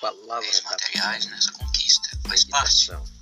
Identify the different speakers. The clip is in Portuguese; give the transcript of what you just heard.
Speaker 1: palavra
Speaker 2: bens
Speaker 1: da
Speaker 2: materiais nessa conquista, faz parte
Speaker 1: meditação.